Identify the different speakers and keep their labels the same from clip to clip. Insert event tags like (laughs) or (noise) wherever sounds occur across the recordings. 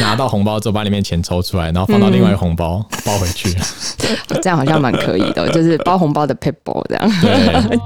Speaker 1: 拿到红包之后，把里面钱抽出来，然后放到另外一个红包、包回去。
Speaker 2: (laughs) 这样好像蛮可以的，就是包红包的 p a p e r 这样。
Speaker 1: 对，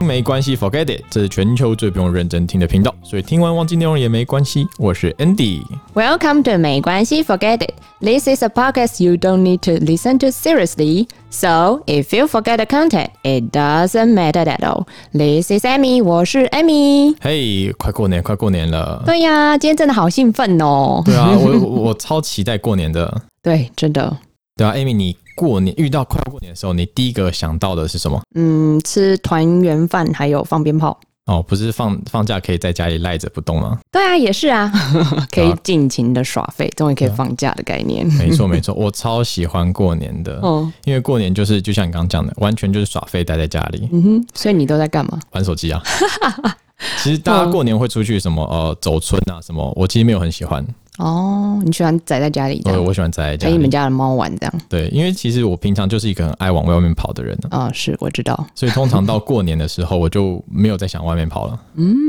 Speaker 1: 没关系，Forget it，这是全球最不用认真听的频道，所以听完忘记内容也没关系。我是 Andy，
Speaker 2: Welcome to 没关系，Forget it. This is a podcast you don't need to listen to seriously. So if you forget the content, it doesn't matter at all. This is Amy，我是 Amy。
Speaker 1: 嘿、快过年，快过年了。
Speaker 2: 对呀、今天真的好兴奋哦。
Speaker 1: 对啊，我我我超期待过年的。
Speaker 2: 对，真的，
Speaker 1: 对啊，Amy，你过年遇到快要过年的时候，你第一个想到的是什么？
Speaker 2: 嗯，吃团圆饭还有放鞭炮。
Speaker 1: 哦，不是放放假可以在家里赖着不动
Speaker 2: (laughs)
Speaker 1: 吗？
Speaker 2: 对啊，也是啊，可
Speaker 1: 对
Speaker 2: 以
Speaker 1: 啊
Speaker 2: 尽情的耍废，终于可以放假的概念。
Speaker 1: 没错没错，我超喜欢过年的，
Speaker 2: 哦，
Speaker 1: 因为过年就是就像你刚刚讲的，完全就是耍废，待在家里
Speaker 2: 嗯哼，所以你都在干嘛？
Speaker 1: 玩手机啊。 (laughs) 其实大家过年会出去什么
Speaker 2: 嗯
Speaker 1: 呃走村啊什么，我其实没有很喜欢，
Speaker 2: 哦，你喜欢宅在家里这
Speaker 1: 我
Speaker 2: 样，
Speaker 1: 我喜欢宅在家
Speaker 2: 陪你们
Speaker 1: 里。
Speaker 2: 家的猫玩这样。
Speaker 1: 对，因为其实我平常就是一个很爱往外面跑的人啊、
Speaker 2: 啊、是我知道。
Speaker 1: 所以通常到过年的时候，我就没有再想外面跑了。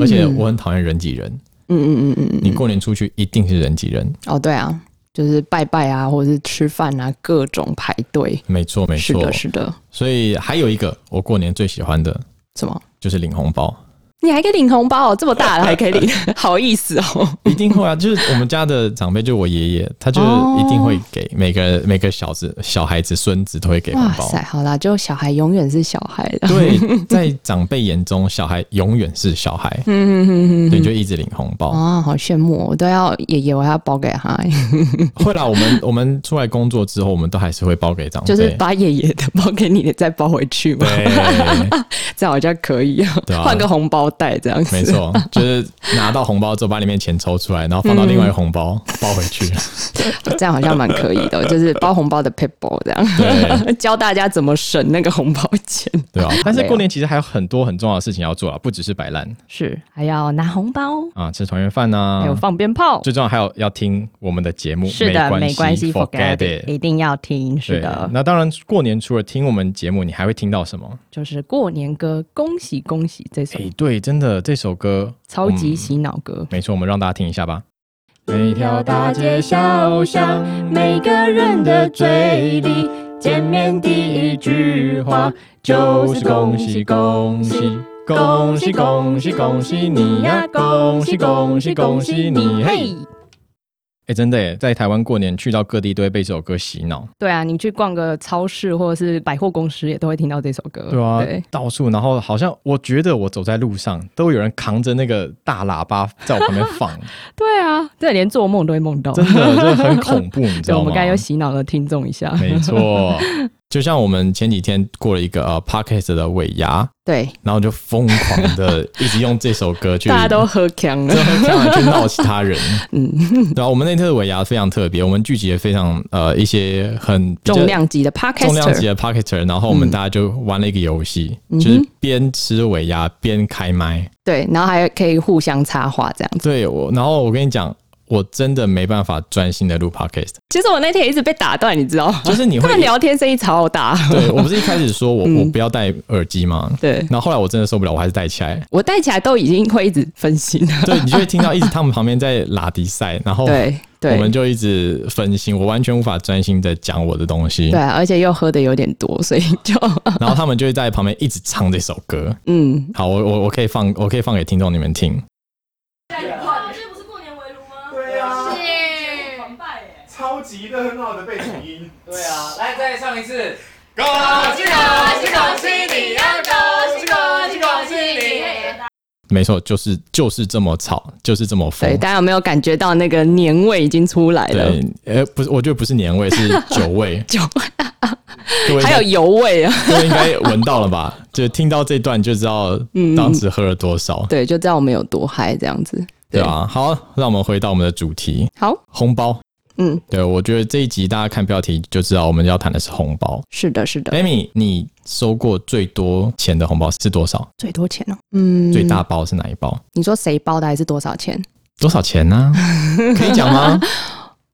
Speaker 1: 而且我很讨厌人挤人。
Speaker 2: 嗯嗯嗯嗯嗯。
Speaker 1: 你过年出去一定是人挤人，
Speaker 2: 哦，对啊，就是拜拜啊，或者是吃饭啊，各种排队。
Speaker 1: 没错没
Speaker 2: 是
Speaker 1: 错
Speaker 2: 的，。是的。
Speaker 1: 所以还有一个我过年最喜欢的
Speaker 2: 什么？
Speaker 1: 就是领红包，
Speaker 2: 你还可以领红包、哦？这么大
Speaker 1: (laughs)
Speaker 2: 了还可以领， (laughs) 好意思哦。
Speaker 1: 一定
Speaker 2: (laughs)
Speaker 1: 会啊！就是我们家的长辈，就是我爷爷，他就是一定会给每个每个小子、小孩子、孙子都会给红
Speaker 2: 哦哇
Speaker 1: 包
Speaker 2: 塞，。好啦，就小孩永远是小孩的。
Speaker 1: 对，在长辈眼中，小孩永远是小孩，
Speaker 2: (laughs) 嗯哼哼哼。
Speaker 1: 对，你就一直领红包。
Speaker 2: 啊、好羡慕哦！我都要爷爷，我还要包给他， (laughs)
Speaker 1: 会啦，我们我们出来工作之后，我们都还是会包给长辈。
Speaker 2: 就是把爷爷的包给你的，再包回去嘛，
Speaker 1: 对，
Speaker 2: 这样好像可以哦
Speaker 1: 对啊
Speaker 2: 换、个红包袋这样子。
Speaker 1: 没，错，就是拿到红包之后，把里面钱抽出来，然后放
Speaker 2: 嗯
Speaker 1: 到另外一个红包、包回去。
Speaker 2: (laughs) 这样好像蛮可以的哦，就是包红包的 people 这样，
Speaker 1: 对
Speaker 2: (laughs) 教大家怎么省那个红包钱。
Speaker 3: (laughs)
Speaker 1: 对啊，但是
Speaker 2: 没有
Speaker 1: 过年其实还有很多很重要的事情要做啊，不只是摆烂
Speaker 2: 是还要拿红包，
Speaker 1: 啊，吃团圆饭呐，
Speaker 3: 嗯
Speaker 2: 还有放鞭炮。
Speaker 1: 最重要还有要听我们的节目，
Speaker 2: 是的，没关系
Speaker 1: forget
Speaker 2: ，forget it，
Speaker 1: it。
Speaker 2: 一定要听。是
Speaker 1: 对
Speaker 2: 的，
Speaker 1: 那当然，过年除了听我们节目，你还会听到什么？
Speaker 2: 就是过年歌，恭喜恭喜这首
Speaker 1: 哎、对，真的这首歌
Speaker 2: 超级
Speaker 1: 嗯
Speaker 2: 洗脑歌。
Speaker 1: 没错，我们让大家听一下吧。每
Speaker 3: 条大街小巷，嗯每个人的嘴里，见面第一句话就是恭喜恭喜。恭喜恭喜恭喜你呀！恭喜恭喜恭喜你！嘿，！
Speaker 1: 哎、真的耶，在台湾过年去到各地都会被这首歌洗脑。
Speaker 2: 对啊，你去逛个超市或者是百货公司，也都会听到这首歌。
Speaker 1: 对啊，到处，然后好像我觉得我走在路上都有人扛着那个大喇叭在我旁边
Speaker 2: (laughs)
Speaker 1: 放，
Speaker 2: 对啊，这连做梦都会梦到。
Speaker 1: 真的真的很恐怖，你知
Speaker 2: 对，
Speaker 1: 道
Speaker 2: 我
Speaker 1: 吗？
Speaker 2: 们刚才又洗脑了听众一下。
Speaker 1: 没错，就像我们前几天过了一个呃 podcast 的尾牙，
Speaker 2: 对，
Speaker 1: 然后就疯狂
Speaker 2: (laughs)
Speaker 1: 的一直用这首歌去，
Speaker 2: 大家都喝强了。
Speaker 1: 常去闹其他人。
Speaker 2: 嗯，
Speaker 1: 对啊，我们那次的尾牙非常特别，我们聚集了非常呃一些很比较
Speaker 2: 重量级的
Speaker 1: 重量级的
Speaker 2: podcaster，
Speaker 1: podcaster，然后我们大家就玩了一个游戏，
Speaker 2: 嗯嗯哼
Speaker 1: 就是边吃尾牙边开麦。
Speaker 2: 对，然后还可以互相插话这样子。
Speaker 1: 对我，然后我跟你讲。我真的没办法专心的录 podcast，
Speaker 2: 其实我那天一直被打断，你知道吗？
Speaker 1: 就是你
Speaker 2: 他
Speaker 1: 会
Speaker 2: 们，啊聊嗯天声音超大。
Speaker 1: (laughs) 对我不是一开始说
Speaker 2: (laughs)
Speaker 1: 我、我不要戴耳机吗？
Speaker 2: 对，
Speaker 1: 然后后来我真的受不了，我还是戴起
Speaker 2: (laughs)
Speaker 1: 来。
Speaker 2: 我戴起来都已经会一直分心了。
Speaker 1: 对，你就会听到一直他们旁边在拉迪赛，然后
Speaker 2: 对
Speaker 1: 哦我们
Speaker 2: 对
Speaker 1: 就一直分心，我完全无法专心的讲我的东西
Speaker 2: 对，。啊而且又喝的有点多，所以就 (laughs)
Speaker 1: 然后他们就会在旁边一直唱这首歌。
Speaker 2: 嗯，
Speaker 1: 好，我我我可以放，我可以放给听众你们听。
Speaker 4: 这不是过年围炉
Speaker 5: 啊
Speaker 4: 吗？
Speaker 5: 对啊，
Speaker 4: 是。
Speaker 5: 超级的很好的背景音。
Speaker 6: 对啊，来再上一次。
Speaker 5: 恭
Speaker 6: 喜
Speaker 4: 啊
Speaker 6: 恭喜恭喜你呀恭喜恭喜恭喜你
Speaker 1: 没错，就是就是这么吵，就是这么疯
Speaker 2: 对，。大家有没有感觉到那个年味已经出来了？
Speaker 1: 哦对，呃，不是，我觉得不是年味，
Speaker 2: (laughs)
Speaker 1: 是酒味。
Speaker 2: 酒
Speaker 1: 各位
Speaker 2: 还有油味
Speaker 1: (laughs)
Speaker 2: 啊，
Speaker 1: 各位应该闻到了吧？就听到这段就知道
Speaker 2: 嗯
Speaker 1: 当时喝了多少，
Speaker 2: 对，就知道我们有多嗨这样子。
Speaker 1: 对啊。好，让我们回到我们的主题，
Speaker 2: 好，
Speaker 1: 红包。
Speaker 2: 嗯，
Speaker 1: 对，我觉得这一集大家看标题就知道我们要谈的是红包。
Speaker 2: 是的，是的，
Speaker 1: Amy，你收过最多钱的红包是多少？
Speaker 2: 最多钱哦，嗯，
Speaker 1: 最大包是哪一包？
Speaker 2: 你说谁包的还是多少钱？ (laughs)
Speaker 1: 多少钱呢、可以讲吗？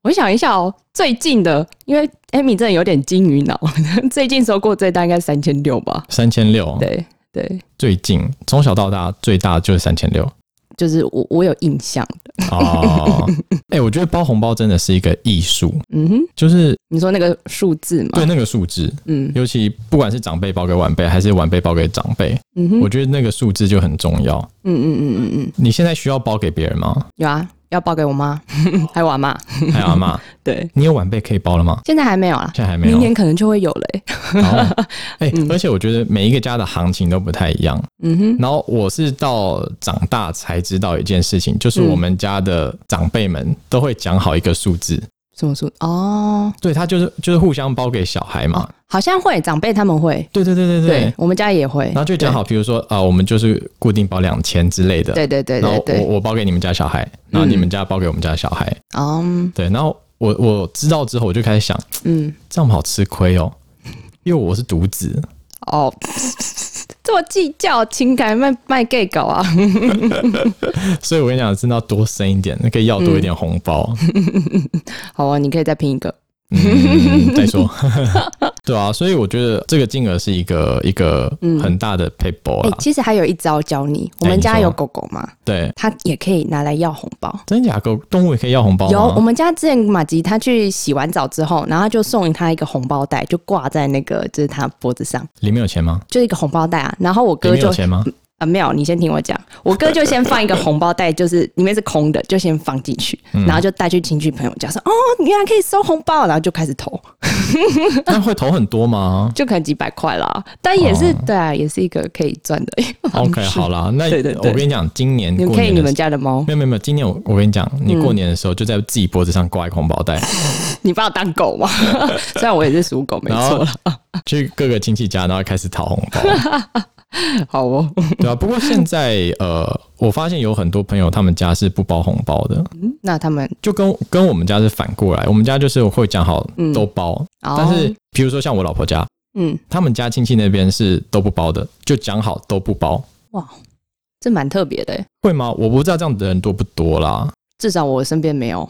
Speaker 2: 我想一下哦，最近的，因为 Amy 真的有点金鱼脑， (laughs) 最近收过最大应该三千六吧？
Speaker 1: 三千六，
Speaker 2: 对对，
Speaker 1: 最近从小到大最大就是三千六。
Speaker 2: 就是我我有印象的，
Speaker 1: (laughs) 哦，哎、我觉得包红包真的是一个艺术，
Speaker 2: 嗯哼，
Speaker 1: 就是
Speaker 2: 你说那个数字嘛，
Speaker 1: 对那个数字，
Speaker 2: 嗯
Speaker 1: 尤其不管是长辈包给晚辈，还是晚辈包给长辈，
Speaker 2: 嗯哼，
Speaker 1: 我觉得那个数字就很重要。
Speaker 2: 嗯嗯嗯嗯嗯，
Speaker 1: 你现在需要包给别人吗？ (laughs)
Speaker 2: 有啊，要报给我妈， (laughs) 还有我妈，
Speaker 1: 还有阿妈，
Speaker 2: 对，
Speaker 1: 你有晚辈可以包了吗？
Speaker 2: 现在还没有啦，啊
Speaker 1: 现在还没有
Speaker 2: 明。年可能就会有了、欸，
Speaker 1: 然
Speaker 2: (laughs)
Speaker 1: 后，哎、而且我觉得每一个家的行情都不太一样。
Speaker 2: 嗯哼，
Speaker 1: 然后我是到长大才知道一件事情，就是我们家的长辈们都会讲好一个数字，
Speaker 2: 什么数？哦，
Speaker 1: 对他就是就是互相包给小孩嘛。
Speaker 2: 好像会，长辈他们会，
Speaker 1: 对对对对
Speaker 2: 哦对我们家也会，
Speaker 1: 然后就讲好，比如说啊、呃我们就是固定包两千之类的。
Speaker 2: 对，对对
Speaker 1: 然后
Speaker 2: 对嗯
Speaker 1: 我
Speaker 2: 对，
Speaker 1: 我包给你们家小孩，然后你们家包给我们家小孩。
Speaker 2: 哦，
Speaker 1: 对，然后我我知道之后，我就开始想，
Speaker 2: 嗯，
Speaker 1: 这样我们好吃亏哦，因为我是独子。
Speaker 2: 哦， (laughs) 这么计较情感卖卖 gay 狗啊，
Speaker 1: 所以我跟你讲，真的要多生一点，那个要多一点红包。
Speaker 2: (laughs) 好啊，你可以再拼一个，
Speaker 1: 嗯，再说， (laughs) 对啊，所以我觉得这个金额是一个一个很大的 paper
Speaker 2: 嗯哎、
Speaker 1: 啦。
Speaker 2: 其实还有一招教你，我
Speaker 1: 哎
Speaker 2: 们
Speaker 1: 你
Speaker 2: 家
Speaker 1: 说
Speaker 2: 有狗狗嘛，
Speaker 1: 对，
Speaker 2: 它也可以拿来要红包。
Speaker 1: 真假狗动物也可以要红包吗？
Speaker 2: 有，我们家之前马吉他去洗完澡之后，然后就送他一个红包袋，就挂在那个就是他脖子上，
Speaker 1: 里面有钱吗？
Speaker 2: 就是一个红包袋啊。然后我
Speaker 1: 里
Speaker 2: 哥
Speaker 1: 面
Speaker 2: 就
Speaker 1: 有钱
Speaker 2: (laughs)
Speaker 1: 吗？
Speaker 2: 啊，没有，你先听我讲。我哥就先放一个红包袋，就是里面是空的，就先放进去，
Speaker 1: 嗯
Speaker 2: 然后就带去亲戚朋友家说：“哦，原来可以收红包。”啊然后就开始投，
Speaker 1: 那会投很多吗
Speaker 2: 就可能几百块啦。但也是、
Speaker 1: 哦
Speaker 2: 对啊，也是一个可以赚的方
Speaker 1: ？OK，
Speaker 2: 式
Speaker 1: 好，啦，那
Speaker 2: 对对对
Speaker 1: 我跟你讲，今年
Speaker 2: 你
Speaker 1: 过
Speaker 2: 可以
Speaker 1: 年
Speaker 2: 你
Speaker 1: 的
Speaker 2: 们
Speaker 1: 时
Speaker 2: 家的猫
Speaker 1: 候，没，有没有没有，今年我我跟你讲，你过年的时候就在自己脖子上挂一个红包袋，
Speaker 2: 嗯你把我当狗 (laughs) 吗？虽然我也是属狗，没
Speaker 1: 然
Speaker 2: 错
Speaker 1: 后
Speaker 2: 啦。
Speaker 1: (laughs) 去各个亲戚家，然后开始讨红包。
Speaker 2: 好哦，
Speaker 1: 对啊，不过现在呃，我发现有很多朋友他们家是不包红包的，
Speaker 2: 那他们
Speaker 1: 就跟跟我们家是反过来，我们家就是会讲好
Speaker 2: 嗯
Speaker 1: 都包，
Speaker 2: 哦
Speaker 1: 但是比如说像我老婆家，
Speaker 2: 嗯，
Speaker 1: 他们家亲戚那边是都不包的，就讲好都不包，
Speaker 2: 哇，这蛮特别的欸，
Speaker 1: 会吗？我不知道这样的人多不多啦。
Speaker 2: 至少我身边没有。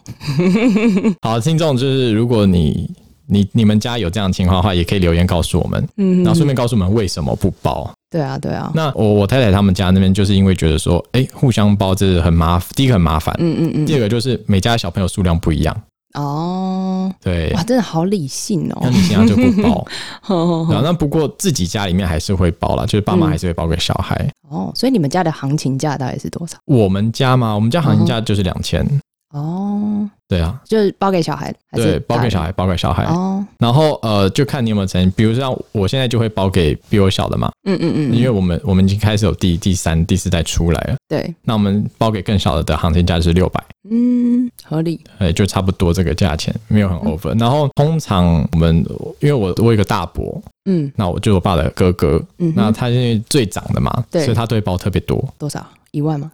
Speaker 1: 好，听众就是如果你你你们家有这样的情况的话，也可以留言告诉我们，
Speaker 2: 嗯
Speaker 1: 然后顺便告诉我们为什么不包。
Speaker 2: 对啊，对啊，
Speaker 1: 那我我太太他们家那边就是因为觉得说，哎、互相包这很麻烦，第一个很麻烦，
Speaker 2: 嗯嗯
Speaker 1: 第二个就是每家小朋友数量不一样，
Speaker 2: 嗯，哦，
Speaker 1: 对。
Speaker 2: 哇，真的好理性
Speaker 1: 那
Speaker 2: 哦
Speaker 1: 你现在就不
Speaker 2: (laughs)
Speaker 1: 包，
Speaker 2: 呵呵
Speaker 1: 然
Speaker 2: 呵。
Speaker 1: 后那不过自己家里面还是会包啦，就是爸
Speaker 2: 嗯
Speaker 1: 妈还是会包给小孩。
Speaker 2: 哦，所以你们家的行情价大概是多少？
Speaker 1: 我们家嘛，我们家行情价就是两千、
Speaker 2: 哦，
Speaker 1: 对啊，
Speaker 2: 就是包给小孩，还是
Speaker 1: 对，包给小孩，包给小孩。
Speaker 2: 大人。哦，
Speaker 1: 然后呃，就看你有没有成，比如像我现在就会包给比我小的嘛，
Speaker 2: 嗯嗯
Speaker 1: 因
Speaker 2: 嗯，
Speaker 1: 为我们我们已经开始有第第三、第四代出来了，
Speaker 2: 对，
Speaker 1: 那我们包给更小的的行情价是六百。
Speaker 2: 嗯，合理。
Speaker 1: 哎，就差不多这个价钱，没有很
Speaker 2: 嗯
Speaker 1: over、然后通常我们，因为我我有一个大伯，
Speaker 2: 嗯
Speaker 1: 那我就是我爸的哥哥，
Speaker 2: 嗯哼，
Speaker 1: 那他因为最长的嘛，
Speaker 2: 对
Speaker 1: 所以他对包特别多。
Speaker 2: 多少？一万吗？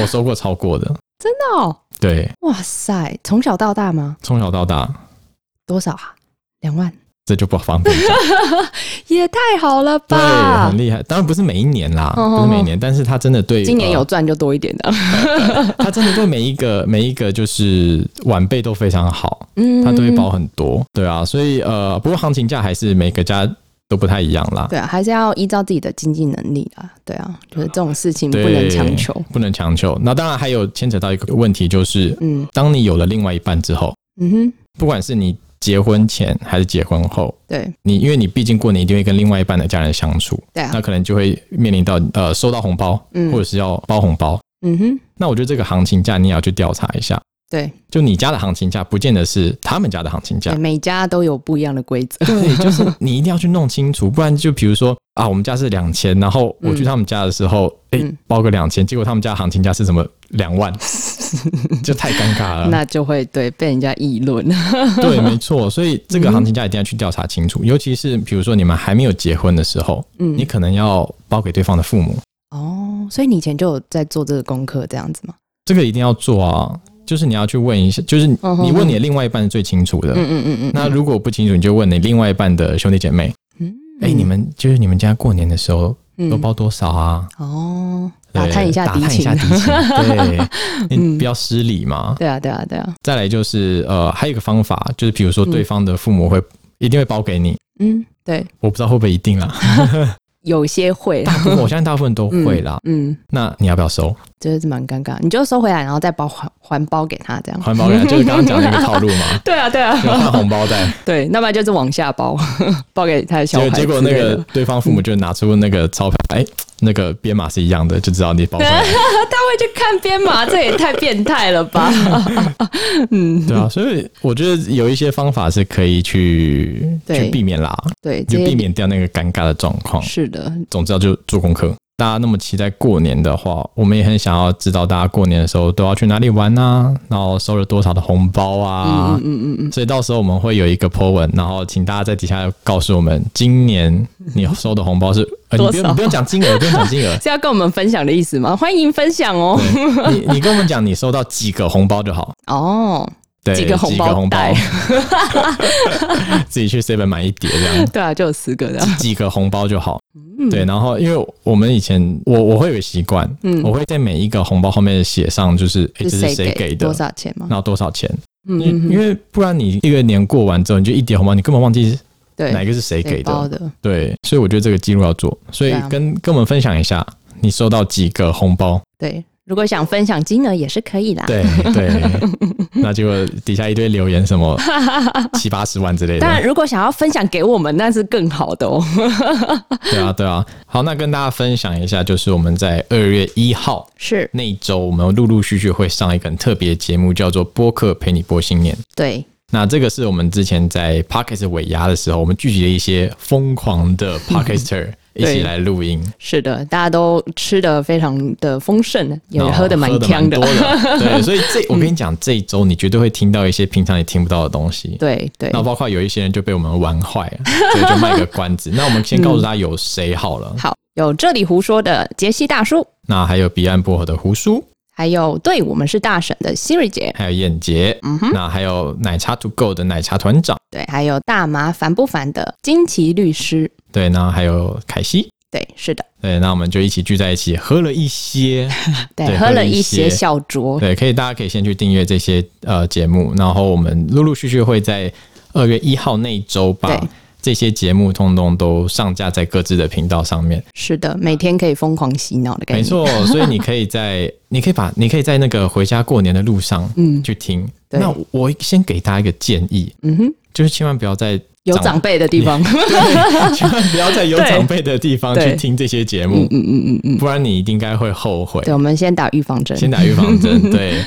Speaker 1: 我收过超过的，
Speaker 2: 哦，
Speaker 1: 对，
Speaker 2: 哇塞，从小到大吗？
Speaker 1: 从小到大，
Speaker 2: 多少啊？两万，
Speaker 1: 这就不方便
Speaker 2: (laughs)
Speaker 1: 讲。
Speaker 2: 也太好了
Speaker 1: 对，
Speaker 2: 吧
Speaker 1: 很！厉害。当然不是每一年啦，
Speaker 2: 嗯
Speaker 1: 不是每一年，但是他真的对
Speaker 2: 今年有
Speaker 1: 呃
Speaker 2: 赚就多一点的，
Speaker 1: 他真的对每一个每一个就是晚辈都非常好，
Speaker 2: 嗯，
Speaker 1: 他都会包很多。对啊，所以呃，不过行情价还是每个家都不太一样啦。
Speaker 2: 对啊，还是要依照自己的经济能力啦。对啊，就是这种事情不
Speaker 1: 对
Speaker 2: 能强求。
Speaker 1: 不能强求。那当然还有牵扯到一个问题，就是
Speaker 2: 嗯
Speaker 1: 当你有了另外一半之后，
Speaker 2: 嗯哼，
Speaker 1: 不管是你结婚前还是结婚后，
Speaker 2: 对
Speaker 1: 你因为你毕竟过年一定会跟另外一半的家人相处，
Speaker 2: 对啊
Speaker 1: 那，可能就会面临到呃收到红包，
Speaker 2: 嗯
Speaker 1: 或者是要包红包。
Speaker 2: 嗯哼，
Speaker 1: 那我觉得这个行情价你也要去调查一下，
Speaker 2: 对，
Speaker 1: 就你家的行情价，不见得是他们家的行情价
Speaker 2: 对，。每家都有不一样的规
Speaker 1: (laughs)
Speaker 2: (laughs) 则。
Speaker 1: 对，就是你一定要去弄清楚，不然就比如说啊，我们家是两千，然后我去他们家的时候，哎、
Speaker 2: 嗯
Speaker 1: 包个两千，结果他们家行情价是什么两
Speaker 2: (laughs)
Speaker 1: 万，就太尴尬了。
Speaker 2: 那就会对被人家议论。
Speaker 1: 对，没错，所以
Speaker 2: 嗯
Speaker 1: 这个行情价一定要去调查清楚，尤其是比如说你们还没有结婚的时候，
Speaker 2: 嗯
Speaker 1: 你可能要包给对方的父母，
Speaker 2: 哦，所以你以前就有在做这个功课，这样子吗？
Speaker 1: 这个一定要做啊。就是你要去问一下，就是你
Speaker 2: 嗯哼
Speaker 1: 你问你的另外一半是最清楚的。
Speaker 2: 嗯嗯嗯嗯。
Speaker 1: 那如果不清楚，你就问你另外一半的兄弟姐妹，
Speaker 2: 嗯
Speaker 1: 哎、你们就是你们家过年的时候
Speaker 2: 嗯
Speaker 1: 都包多少啊？
Speaker 2: 哦，打探一下
Speaker 1: 打
Speaker 2: 敌
Speaker 1: 探一
Speaker 2: 情
Speaker 1: 下
Speaker 2: 嗯
Speaker 1: 敌
Speaker 2: (laughs)
Speaker 1: 情，对，你不要失礼嘛。
Speaker 2: 对啊，对啊，对啊，
Speaker 1: 再来就是呃，还有一个方法，就是比如说对方的父母会、一定会包给你，
Speaker 2: 嗯，对，
Speaker 1: 我不知道会不会一定
Speaker 2: (laughs)
Speaker 1: 啦，
Speaker 2: 有些会啦
Speaker 1: 大，部分我相信大部分都会啦。
Speaker 2: 嗯，
Speaker 1: 那你要不要收
Speaker 2: 就是蛮尴尬，你就收回来，然后再包还还包给他这样。，
Speaker 1: 环保人？就是刚刚讲的那个套路嘛
Speaker 2: (laughs) 对啊，对啊，
Speaker 1: 就换红包
Speaker 2: (laughs)
Speaker 1: 袋，
Speaker 2: 对，那么就是往下包， (laughs) 包给他的
Speaker 1: 结
Speaker 2: 小孩
Speaker 1: 果
Speaker 2: 之类
Speaker 1: 结
Speaker 2: 的。嗯
Speaker 1: 果那个对方父母就拿出那个钞票，哎、那个编码是一样的，就知道你包回来。
Speaker 2: (laughs) 啊他会去看编
Speaker 1: (laughs)
Speaker 2: 码，这也太变态了吧？
Speaker 1: 对啊，所以我觉得有一些方法是可以去
Speaker 2: 对
Speaker 1: 去避免啦，
Speaker 2: 对，
Speaker 1: 就
Speaker 2: 这
Speaker 1: 避免掉那个尴尬的状况。
Speaker 2: 是的，
Speaker 1: 总之要就做功课。大家那么期待过年的话，我们也很想要知道大家过年的时候都要去哪里玩啊，然后收了多少的红包啊。
Speaker 2: 嗯嗯嗯嗯，
Speaker 1: 所以到时候我们会有一个 po 文，然后请大家在底下告诉我们，今年你收的红包是……呃、你不
Speaker 2: 多
Speaker 1: 用
Speaker 2: 少，
Speaker 1: 你不用讲金额，不用讲金额
Speaker 2: 是要跟我们分享的意思吗？欢迎分享 (laughs) 哦。
Speaker 1: 对你你跟我们讲你收到几个红包就好。
Speaker 2: 哦，
Speaker 1: 对，
Speaker 2: 几
Speaker 1: 几
Speaker 2: 个
Speaker 1: 个
Speaker 2: 红
Speaker 1: 红
Speaker 2: 包袋
Speaker 1: (laughs) 自己去 seven 买一叠这
Speaker 2: (laughs)
Speaker 1: 样，
Speaker 2: 对啊，就有十个嗯的。
Speaker 1: 几个红包就好。嗯对，然后因为我们以前我我会有个习惯，
Speaker 2: 嗯
Speaker 1: 我会在每一个红包后面写上就是诶这是谁
Speaker 2: 给
Speaker 1: 给的
Speaker 2: 多，少钱吗
Speaker 1: 然？后多少钱，
Speaker 2: 嗯
Speaker 1: 因
Speaker 2: 嗯
Speaker 1: 因
Speaker 2: 嗯，
Speaker 1: 为不然你一个年过完之后，你就一叠红包，你根本忘记
Speaker 2: 对，
Speaker 1: 哪一个是谁给
Speaker 2: 包
Speaker 1: 的。
Speaker 2: 的？
Speaker 1: 对，所以我觉得这个记录要做，所以
Speaker 2: 对啊
Speaker 1: 跟跟我们分享一下你收到几个红
Speaker 2: (laughs)
Speaker 1: 包。
Speaker 2: 对，如果想分享金额也是可以啦。
Speaker 1: 对对，那结果底下一堆留言什
Speaker 2: (laughs)
Speaker 1: 么七八十万之类的
Speaker 2: 当。然，如果想要分享给我们，那是更好的哦。
Speaker 1: 对啊，对啊。好，那跟大家分享一下，就是我们在二月一号
Speaker 2: (laughs) 是
Speaker 1: 那一周，我们陆陆续续会上一个很特别的节目，叫做《播客陪你播新年》。
Speaker 2: 对，
Speaker 1: 那这个是我们之前
Speaker 2: (laughs)
Speaker 1: 在 Pocket 尾牙的时候，我们聚集了一些疯狂
Speaker 2: 嗯
Speaker 1: 的 Pocketer 一起来录音，
Speaker 2: 是的，大家都吃的非常的丰盛，也
Speaker 1: 然后
Speaker 2: 喝的蛮香的
Speaker 1: 哦喝。得蛮多的。对，所以这我跟你讲，这一周你绝对会听到一些平常你听不到的东西。
Speaker 2: (laughs) 对对
Speaker 1: 那，包括有一些人就被我们玩坏了，所以
Speaker 2: (laughs)
Speaker 1: 就卖个关子。那我们先告诉大家有谁好了，
Speaker 2: 好，有这里胡说的杰西大叔，
Speaker 1: 那还有彼岸薄荷的胡叔，
Speaker 2: 还有对我们是大婶的 Siri 姐，
Speaker 1: 还有燕杰，
Speaker 2: 嗯
Speaker 1: 那还有奶茶 To Go 的奶茶团长，
Speaker 2: 对，还有大麻烦不烦的金奇律师，
Speaker 1: 对，那还有凯西，
Speaker 2: 对，是的，
Speaker 1: 对，那我们就一起聚在一起喝了一
Speaker 2: (laughs)
Speaker 1: 些，
Speaker 2: 对，
Speaker 1: 对
Speaker 2: 喝
Speaker 1: 喝
Speaker 2: 了
Speaker 1: 了一
Speaker 2: 一些
Speaker 1: 些
Speaker 2: 小酌，
Speaker 1: 对，可以，大家可以先去订阅这些呃节目，然后我们陆陆续续会在二月一号那一周把
Speaker 2: 对
Speaker 1: 这些节目通通都上架在各自的频道上面。
Speaker 2: 是的，每天可以疯狂洗脑的感觉，
Speaker 1: 没，错，所以你可以在，你可以把，你可以在那个回家过年的路上，
Speaker 2: 嗯
Speaker 1: 嗯，去听。
Speaker 2: 对
Speaker 1: 那我我先给大家一个建议，
Speaker 2: 嗯哼，
Speaker 1: 就是千万不要
Speaker 2: (laughs)
Speaker 1: 在
Speaker 2: 有长辈的地方，
Speaker 1: 对千万不要在有
Speaker 2: 对
Speaker 1: 长辈的地方
Speaker 2: 对
Speaker 1: 去听这些节目，
Speaker 2: (laughs) 嗯嗯嗯嗯，
Speaker 1: 不然你应该会后悔
Speaker 2: 对，。我们先打预防针，
Speaker 1: 先打预防针，
Speaker 2: (laughs)
Speaker 1: 对。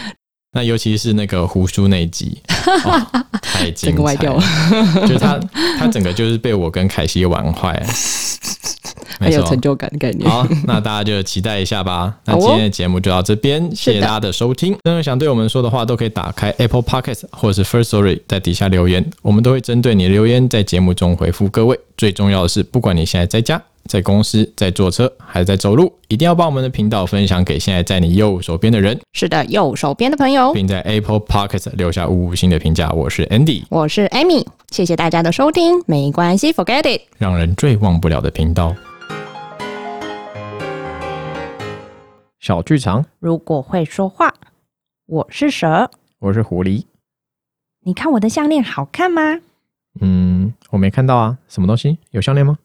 Speaker 1: 那尤其是那个胡叔那一集，哦、太精
Speaker 2: 整个歪
Speaker 1: 彩
Speaker 2: 掉
Speaker 1: 了，就是他他整个就是被我跟凯西玩
Speaker 2: (laughs)
Speaker 1: 坏，
Speaker 2: 很
Speaker 1: 没
Speaker 2: 有
Speaker 1: 错
Speaker 2: 成。就感的感
Speaker 1: (laughs)
Speaker 2: 觉。
Speaker 1: 好，那大家就期待一下吧。那
Speaker 2: 好哦
Speaker 1: 今天的节目就到这边，谢
Speaker 2: 是
Speaker 1: 谢
Speaker 2: 的
Speaker 1: 大家的收听。那有想对我们说的话，都可以打开 Apple Podcast 或者是 First Story，在底下留言，我们都会针对你的留言在节目中回复各位。最重要的是，不管你现在在家、在公司、在坐车，还是在走路，一定要把我们的频道分享给现在在你右手边的人，
Speaker 2: 是的，右手边的朋友，
Speaker 1: 并在 Apple Podcast 留下五星的评价。我是 Andy，
Speaker 2: 我是 Amy，谢谢大家的收听，没关系，Forget it。
Speaker 1: 让人最忘不了的频道。小剧场，
Speaker 2: 如果会说话，我是蛇。
Speaker 1: 我是狐狸。
Speaker 2: 你看我的项链好看吗？
Speaker 1: 嗯，我没看到啊，什么东西？有项链吗？